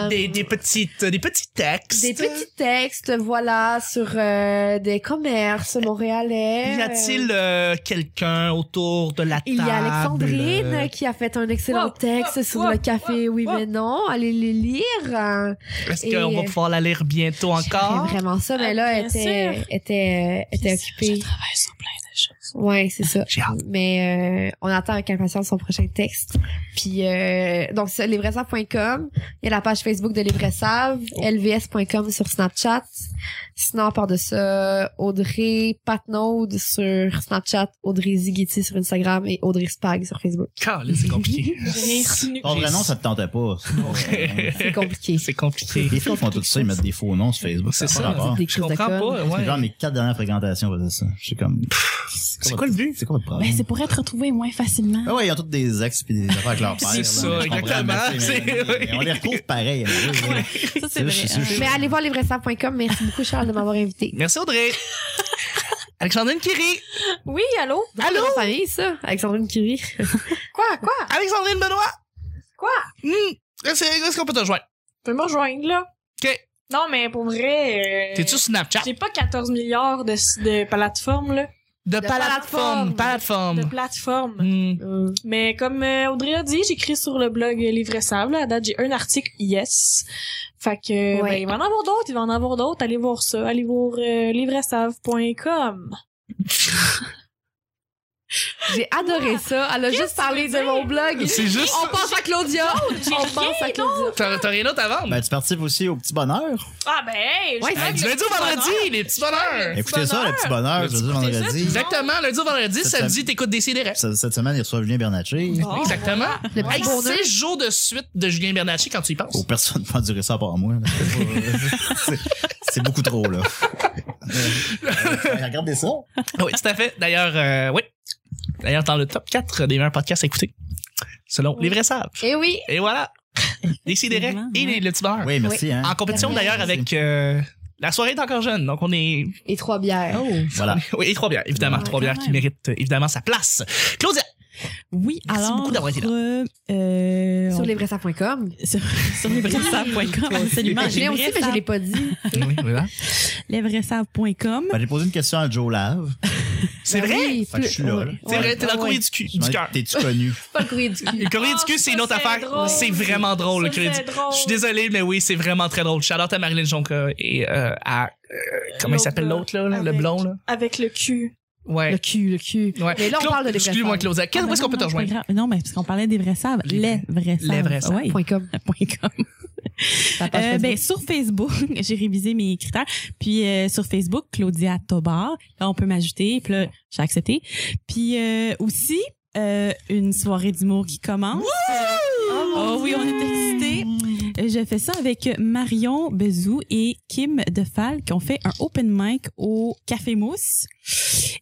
A: Ah, des, des petites, des petits textes.
E: Euh, des petits textes voilà sur euh, des commerces montréalais
A: Y a-t-il euh, quelqu'un autour de la table?
E: Il y a Alexandrine qui a fait un excellent
B: Wow,
E: texte
B: wow,
E: sur
B: wow,
E: le café
B: wow,
E: Oui
B: wow.
E: mais non, allez le lire. hein.
A: Est-ce
E: Et,
A: qu'on va
E: euh,
A: pouvoir la lire bientôt encore?
E: J'aimerais vraiment ça, mais là,
B: Ah,
E: elle
B: bien
E: était,
B: sûr.
E: était, euh, était occupée.
B: travaille sur plein de choses.
E: Ouais, c'est ça.
A: J'ai hâte.
E: Mais euh, on attend avec impatience son prochain texte. Puis euh, donc c'est livresav.com, il y a la page Facebook de Livresav, lvs.com sur Snapchat. Sinon à part de ça, Audrey Patnaud sur Snapchat, Audrey Zighetti sur Instagram et Audrey Spag sur Facebook.
A: Calais, c'est compliqué.
B: J'ai retenu.
C: Ton vrai nom, Oh, ça te tentait pas.
E: C'est compliqué.
A: c'est compliqué.
C: Les filles font tout ça, ils mettent des faux noms sur Facebook.
A: C'est
C: a pas
A: ça.
C: rapport.
E: Des
A: Je
E: crises de
A: comprends
E: com.
A: pas.
C: C'est
A: ouais.
C: genre mes quatre dernières fréquentations, on va dire ça. Je suis comme.
A: C'est quoi le but?
C: C'est quoi le problème?
D: Ben, c'est pour être retrouvé moins facilement.
C: Ah ouais, ils ont tous des ex pis des affaires avec leur père.
A: C'est
C: là,
A: ça,
C: mais je comprends,
A: exactement.
C: mais
A: C'est-
C: c'est- mais- mais On les retrouve pareil. hein.
D: Ça,
C: c'est
D: c'est
C: vrai, c'est-
D: vrai.
E: Mais allez voir livresav.com, merci beaucoup Charles de m'avoir invité.
A: Merci, Audrey. Alexandrine Curie.
B: Oui, allô?
E: Allô la famille ça, Alexandrine Curie.
B: Quoi, quoi?
E: Ah.
A: Alexandrine Benoît.
B: Quoi?
A: Hmm. Est-ce est-ce qu'on peut te rejoindre?
B: Tu peux me rejoindre, là?
A: OK.
B: Non, mais pour vrai... euh,
A: T'es-tu sur Snapchat?
B: J'ai pas 14 milliards de, de plateformes, là.
A: De, plateforme.
E: plateforme.
B: De
A: Plateforme.
B: plateformes.
A: Hmm.
E: Euh,
B: Mais comme euh, Audrey a dit, j'écris sur le blog Les Vrais Sables. À date, j'ai un article, yes. Fait que,
E: Ouais.
B: ben, il va en avoir d'autres, il va en avoir d'autres. Allez voir ça. Allez voir euh, lesvraissables.com.
E: J'ai adoré ça. Elle a juste parlé de mon blog.
A: Hmm. C'est juste.
E: On pense à Claudia. On pense à Claudia.
A: T'as t'as rien d'autre à vendre?
C: Ben, tu participes aussi au petit bonheur.
B: Ah ben, hey, je
E: Ouais,
B: sais
A: Hey,
B: que
A: du
B: le
A: lundi au
B: petit
A: vendredi, les petits bonheurs.
C: Ben, Écoutez ça, le petit bonheur,
A: Le
C: je veux
A: petit-
C: dire,
B: c'est ça,
C: vendredi.
B: tu-
A: Exactement, lundi au vendredi,
C: Ça, ça-
A: samedi, t'écoutes des CDR.
C: Ce- Cette semaine, ils reçoivent Julien Bernatchez.
B: bonheur. Bon,
A: Exactement.
E: Le petit
A: Hey,
E: bonheur.
A: six jours de suite de Julien Bernatchez quand tu y penses.
C: Oh, personne ne peut durer ça par moi. là. C'est- C'est beaucoup trop, là. Euh, Regardez ça.
A: Oh. Oui, tout à fait. D'ailleurs, euh, oui. D'ailleurs, dans le top 4 des meilleurs podcasts à écouter, selon les vrais sages.
E: Eh oui.
A: Et voilà. Décidérez.
D: Effectivement,
A: Et les,
D: ouais.
A: le petit bonheur.
C: Oui, merci. Hein.
A: En compétition
E: Oui.
A: d'ailleurs avec euh, La soirée est encore jeune, donc on est.
E: Et trois bières.
D: hein.
A: Oh.
C: Voilà.
A: Oui, et trois bières, évidemment.
D: Ouais,
A: trois
D: quand
A: bières qui
D: même.
A: méritent euh, évidemment sa place. Claudia,
D: Oui,
A: Merci
D: alors.
A: beaucoup d'avoir été là.
D: euh, euh,
E: Sur
D: on-
E: lesvraisafs.com.
D: sur, sur lesvraissaves.com, absolument.
E: Je l'ai aussi, mais je l'ai pas dit.
A: oui, voilà.
D: Lesvraissaves.com.
C: Ben, j'ai posé une question à Joe Lave.
A: c'est
E: Ben
A: vrai.
E: oui, Ah
C: Fait que je suis là, là.
A: C'est vrai, t'es dans le courrier du cul.
C: Je me
A: Du
C: dis,
A: cœur.
C: T'es-tu connu?
E: C'est pas le courrier du cul.
A: Le courrier
B: Ah,
A: du cul,
B: ça,
A: c'est une autre
B: c'est
A: affaire.
B: drôle.
A: C'est vraiment drôle, le
B: Ça,
A: courrier du
B: c'est drôle.
A: Je suis désolé, mais oui, c'est vraiment très drôle. Shout out à Marilyn Jonca et euh, à. euh, comment il
B: L'autre
A: s'appelle
B: gars.
A: l'autre, là, là, le
B: Avec-
A: blond, là?
B: Avec le cul.
A: Ouais.
D: Le cul, le cul.
A: ouais.
E: Mais là, on
A: Claude-
E: parle de
A: Excuse-moi, Claudia. Qu'est-ce
D: Ah,
A: où est-ce
D: ben
A: qu'on peut
D: non,
A: te
D: non, c'est pas
A: rejoindre?
D: grave. Non, mais parce qu'on parlait des vrais sables.
A: Les-
D: Les vrais sables.
A: vrais sables.
D: Oui.
E: Point com.
D: Point com.
E: Ta page
D: Euh,
E: Facebook.
D: ben, sur Facebook, j'ai révisé mes critères. Puis euh, sur Facebook, Claudia Tobar. Là, on peut m'ajouter. Puis là, j'ai accepté. Puis euh, aussi, euh, une soirée d'humour qui commence. Oh oui, on est excités. Euh, Je fais ça avec Marion Bezou et Kim Defal qui ont fait un open mic au Café Mousse.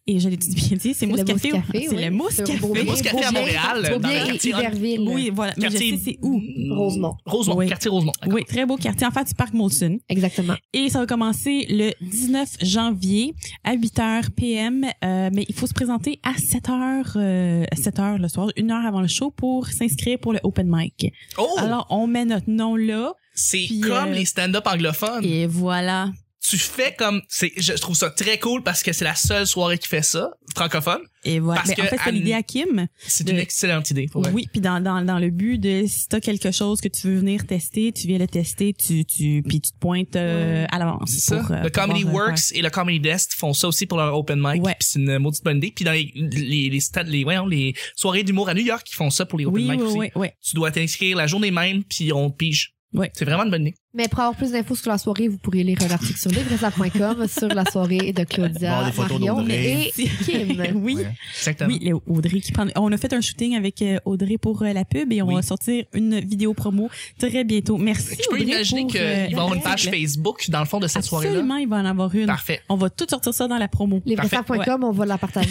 D: Et je l'ai dit bien dit, c'est Mousse
E: le
D: Café. c'est
E: oui.
D: le Mousse
E: C'est au
D: Café.
E: Beaubien-
A: Mousse Café à
E: Beaubien-
A: Montréal, dans le
E: Beaubien et
A: quartier-
E: Iberville.
D: Oui, voilà. Mais je sais c'est où.
E: Rosemont.
A: Hmm. Rosemont,
D: Oui.
A: quartier Rosemont. d'accord.
D: Oui, très beau quartier en face du parc Molson.
E: Exactement.
D: Et ça va commencer le 19 janvier à 8h PM. Euh, mais il faut se présenter à 7h, euh, à 7h le soir, une heure avant le show pour s'inscrire pour le open mic.
A: Oh!
D: Alors, on met notre nom là.
A: c'est
D: puis,
A: comme
D: euh,
A: les stand-up anglophones.
D: Et voilà.
A: Tu fais comme. c'est- Je trouve ça très cool parce que c'est la seule soirée qui fait ça, francophone.
D: Et voilà.
A: Parce
D: Mais
A: que
D: en fait, c'est
A: Anne-
D: l'idée à Kim.
A: C'est
D: De-
A: une excellente idée. pour vrai.
D: Oui, puis dans, dans, dans le but de si t'as quelque chose que tu veux venir tester, tu viens le tester, tu, tu, puis tu te pointes euh, à l'avance.
A: C'est ça.
D: pour, euh,
A: le Comedy
D: pouvoir, euh,
A: Works et le Comedy Desk font ça aussi pour leur open mic.
D: Ouais.
A: Puis c'est une maudite bonne idée. Puis dans les, les, les, stades- les, voyons, les soirées d'humour à New York, ils font ça pour les
D: faire.
A: open
D: Oui,
A: mic
D: oui,
A: aussi.
D: oui, oui.
A: Tu dois t'inscrire la journée même, puis on pige.
D: Ouais.
A: C'est vraiment une bonne idée.
E: Mais pour avoir plus d'infos sur la soirée, vous pourrez lire un article sur lesvraisafs.com sur la soirée de
C: Voir
E: Claudia,
C: des photos
E: Marion
C: d'Audrey.
E: et Kim.
D: oui.
A: Exactement.
D: Oui, les Audrey qui prend. On a fait un shooting avec euh, Audrey pour euh, la pub et on
A: Oui.
D: va sortir une vidéo promo très bientôt. Merci.
A: Je peux
D: Audrey,
A: imaginer
D: pour,
A: qu'il
D: euh,
A: va y avoir une
D: la
A: page
D: pub.
A: Facebook dans le fond de cette soirée-là.
D: Absolument, il va en avoir une.
A: Parfait.
D: On va tout sortir ça dans la promo.
E: Lesvraisafs.com, on va la partager.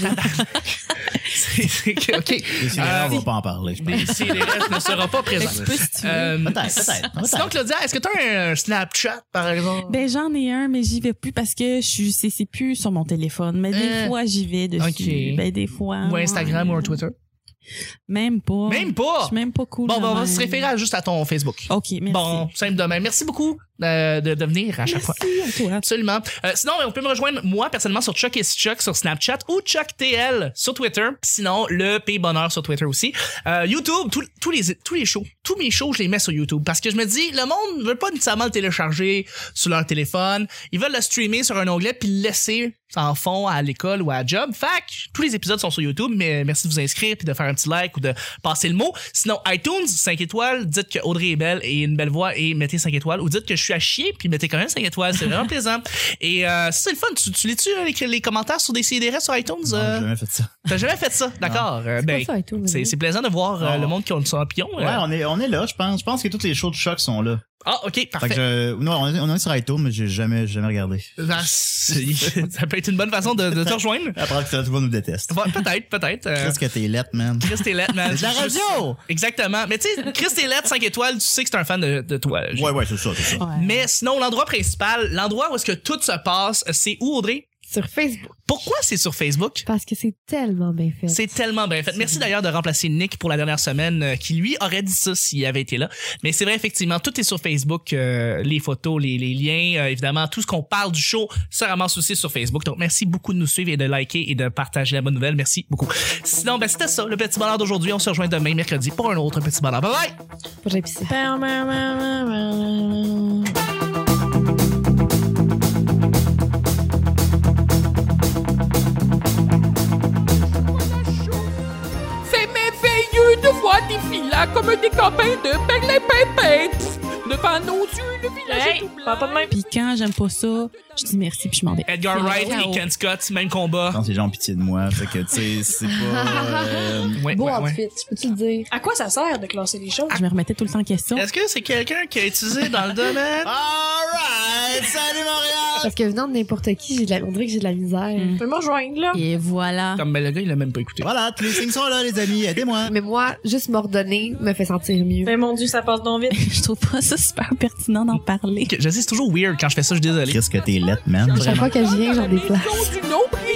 A: C'est- c'est que- OK.
C: Et si
A: Euh,
C: on va pas en parler, je pense.
A: Des CDS ne sera pas
D: Fait
A: présent.
D: que tu peux, si tu veux.
A: Euh,
C: Peut-être, peut-être, peut-être.
A: Sinon, Claudia, est-ce que t'as un Snapchat, par exemple?
D: Ben j'en ai un mais j'y vais plus parce que je suis c'est c'est plus sur mon téléphone mais
A: Euh,
D: des fois j'y vais dessus
A: ok.
D: ben des fois
A: ou Instagram ou un Twitter?
D: même pas
A: Même pas!
D: je suis même pas cool
A: Bon, ben, on
D: de
A: va
D: même.
A: se référer à- juste à ton Facebook.
D: ok merci
A: Bon, simple demain. Merci beaucoup euh, de, de venir à chaque fois.
D: merci à toi
A: Absolument. Euh, sinon, on peut me rejoindre, moi, personnellement, sur Chuck et Chuck sur Snapchat ou Chuck TL sur Twitter. Puis Sinon, le P Bonheur sur Twitter aussi. Euh, YouTube, tous- tous les, tous les shows, tous mes shows, je les mets sur YouTube parce que je me dis, le monde veut pas nécessairement le télécharger sur leur téléphone. Ils veulent le streamer sur un onglet puis le laisser en fond à l'école ou à la job. Fait que tous les épisodes sont sur YouTube, mais merci de vous inscrire puis de faire un petit like ou de passer le mot. Sinon, iTunes, 5 étoiles, dites que Audrey est belle et une belle voix et mettez 5 étoiles ou dites que je suis à chier puis mettez quand même 5 étoiles. C'est vraiment plaisant. Et euh, c'est le fun. Tu, tu lis-tu avec les commentaires sur des CDR sur iTunes?
C: Non,
A: Euh,
C: j'ai jamais fait ça.
A: T'as jamais fait ça? D'accord. Euh, ben,
E: C'est pas ça et tout, mais
A: c'est,
E: oui.
A: c'est plaisant de voir euh,
C: Oh.
A: le monde qui a une champion. euh.
C: Ouais, on est, on est là, je pense. Je pense que toutes les shows de choc sont là.
A: Ah, OK,
C: Fait que
A: parfait.
C: je, non, on est, on est sur iTunes, mais j'ai jamais, jamais regardé.
A: Ah, c'est- ça peut être une bonne façon de, de te rejoindre.
C: Après que tout le monde nous déteste.
A: Ouais, peut-être, peut-être. euh,
C: Qu'est-ce que t'es lettre, man?
A: Chris Télette, man.
C: C'est de la
A: Je-
C: radio!
A: Exactement. Mais tu sais, Chris Télette, 5 étoiles, tu sais que c'est un fan de, de toi. Gilles.
C: Ouais, ouais, c'est ça, c'est ça.
D: Ouais.
A: Mais sinon, l'endroit principal, l'endroit où est-ce que tout se passe, c'est où, Audrey?
E: Sur Facebook,
A: Pourquoi c'est sur Facebook?
E: parce que c'est tellement bien fait.
A: C'est tellement bien fait. Merci d'ailleurs de remplacer Nick pour la dernière semaine, euh, qui lui aurait dit ça s'il avait été là. Mais c'est vrai, effectivement, tout est sur Facebook, euh, les photos, les, les liens, euh, évidemment, tout ce qu'on parle du show se ramasse aussi sur Facebook. Donc, merci beaucoup de nous suivre et de liker et de partager la bonne nouvelle. Merci beaucoup. Sinon, ben, c'était ça, le petit bonheur d'aujourd'hui. On se rejoint demain, mercredi, pour un autre petit bonheur. Bye bye!
E: J'ai pissé.
G: C'est merveilleux de voir des villas comme des campagnes de perlimpinpin. Devant nos yeux, le village est
B: Hey,
G: tout
B: parle pas de
G: blanc.
B: même.
D: puis quand j'aime pas ça je dis merci puis je m'en vais
A: Edgar Wright
D: Ciao.
A: et Ken Scott, même combat.
C: Je pense que les gens ont pitié de moi. Fait que, tu sais, c'est pas. euh,
A: Ouais,
E: Beau
A: ouais, ouais.
E: outfit, je peux-tu le dire?
B: À quoi ça sert de classer les choses?
D: je me remettais tout le temps en question
E: Ah.
A: Est-ce que c'est quelqu'un qui a utilisé dans le domaine?
C: Alright! Salut Montréal!
E: Parce que venant de n'importe qui, j'ai de la, on dirait que j'ai de la misère.
D: Mm.
B: Peux-moi rejoindre, là?
D: Et voilà.
A: Comme ben, le gars, il l'a même pas écouté.
C: Voilà, tous les signes sont là, les amis. Aidez-moi.
E: Mais moi, juste m'ordonner me fait sentir mieux.
B: Ben, mon dieu, ça passe donc vite.
D: Je trouve pas ça super pertinent d'en parler.
A: Je sais, c'est toujours weird quand je fais ça, je suis désolé.
C: Qu'est-ce que t'es lettre, man.
E: Chaque fois que je viens, j'en déplace.
G: La maison du nombril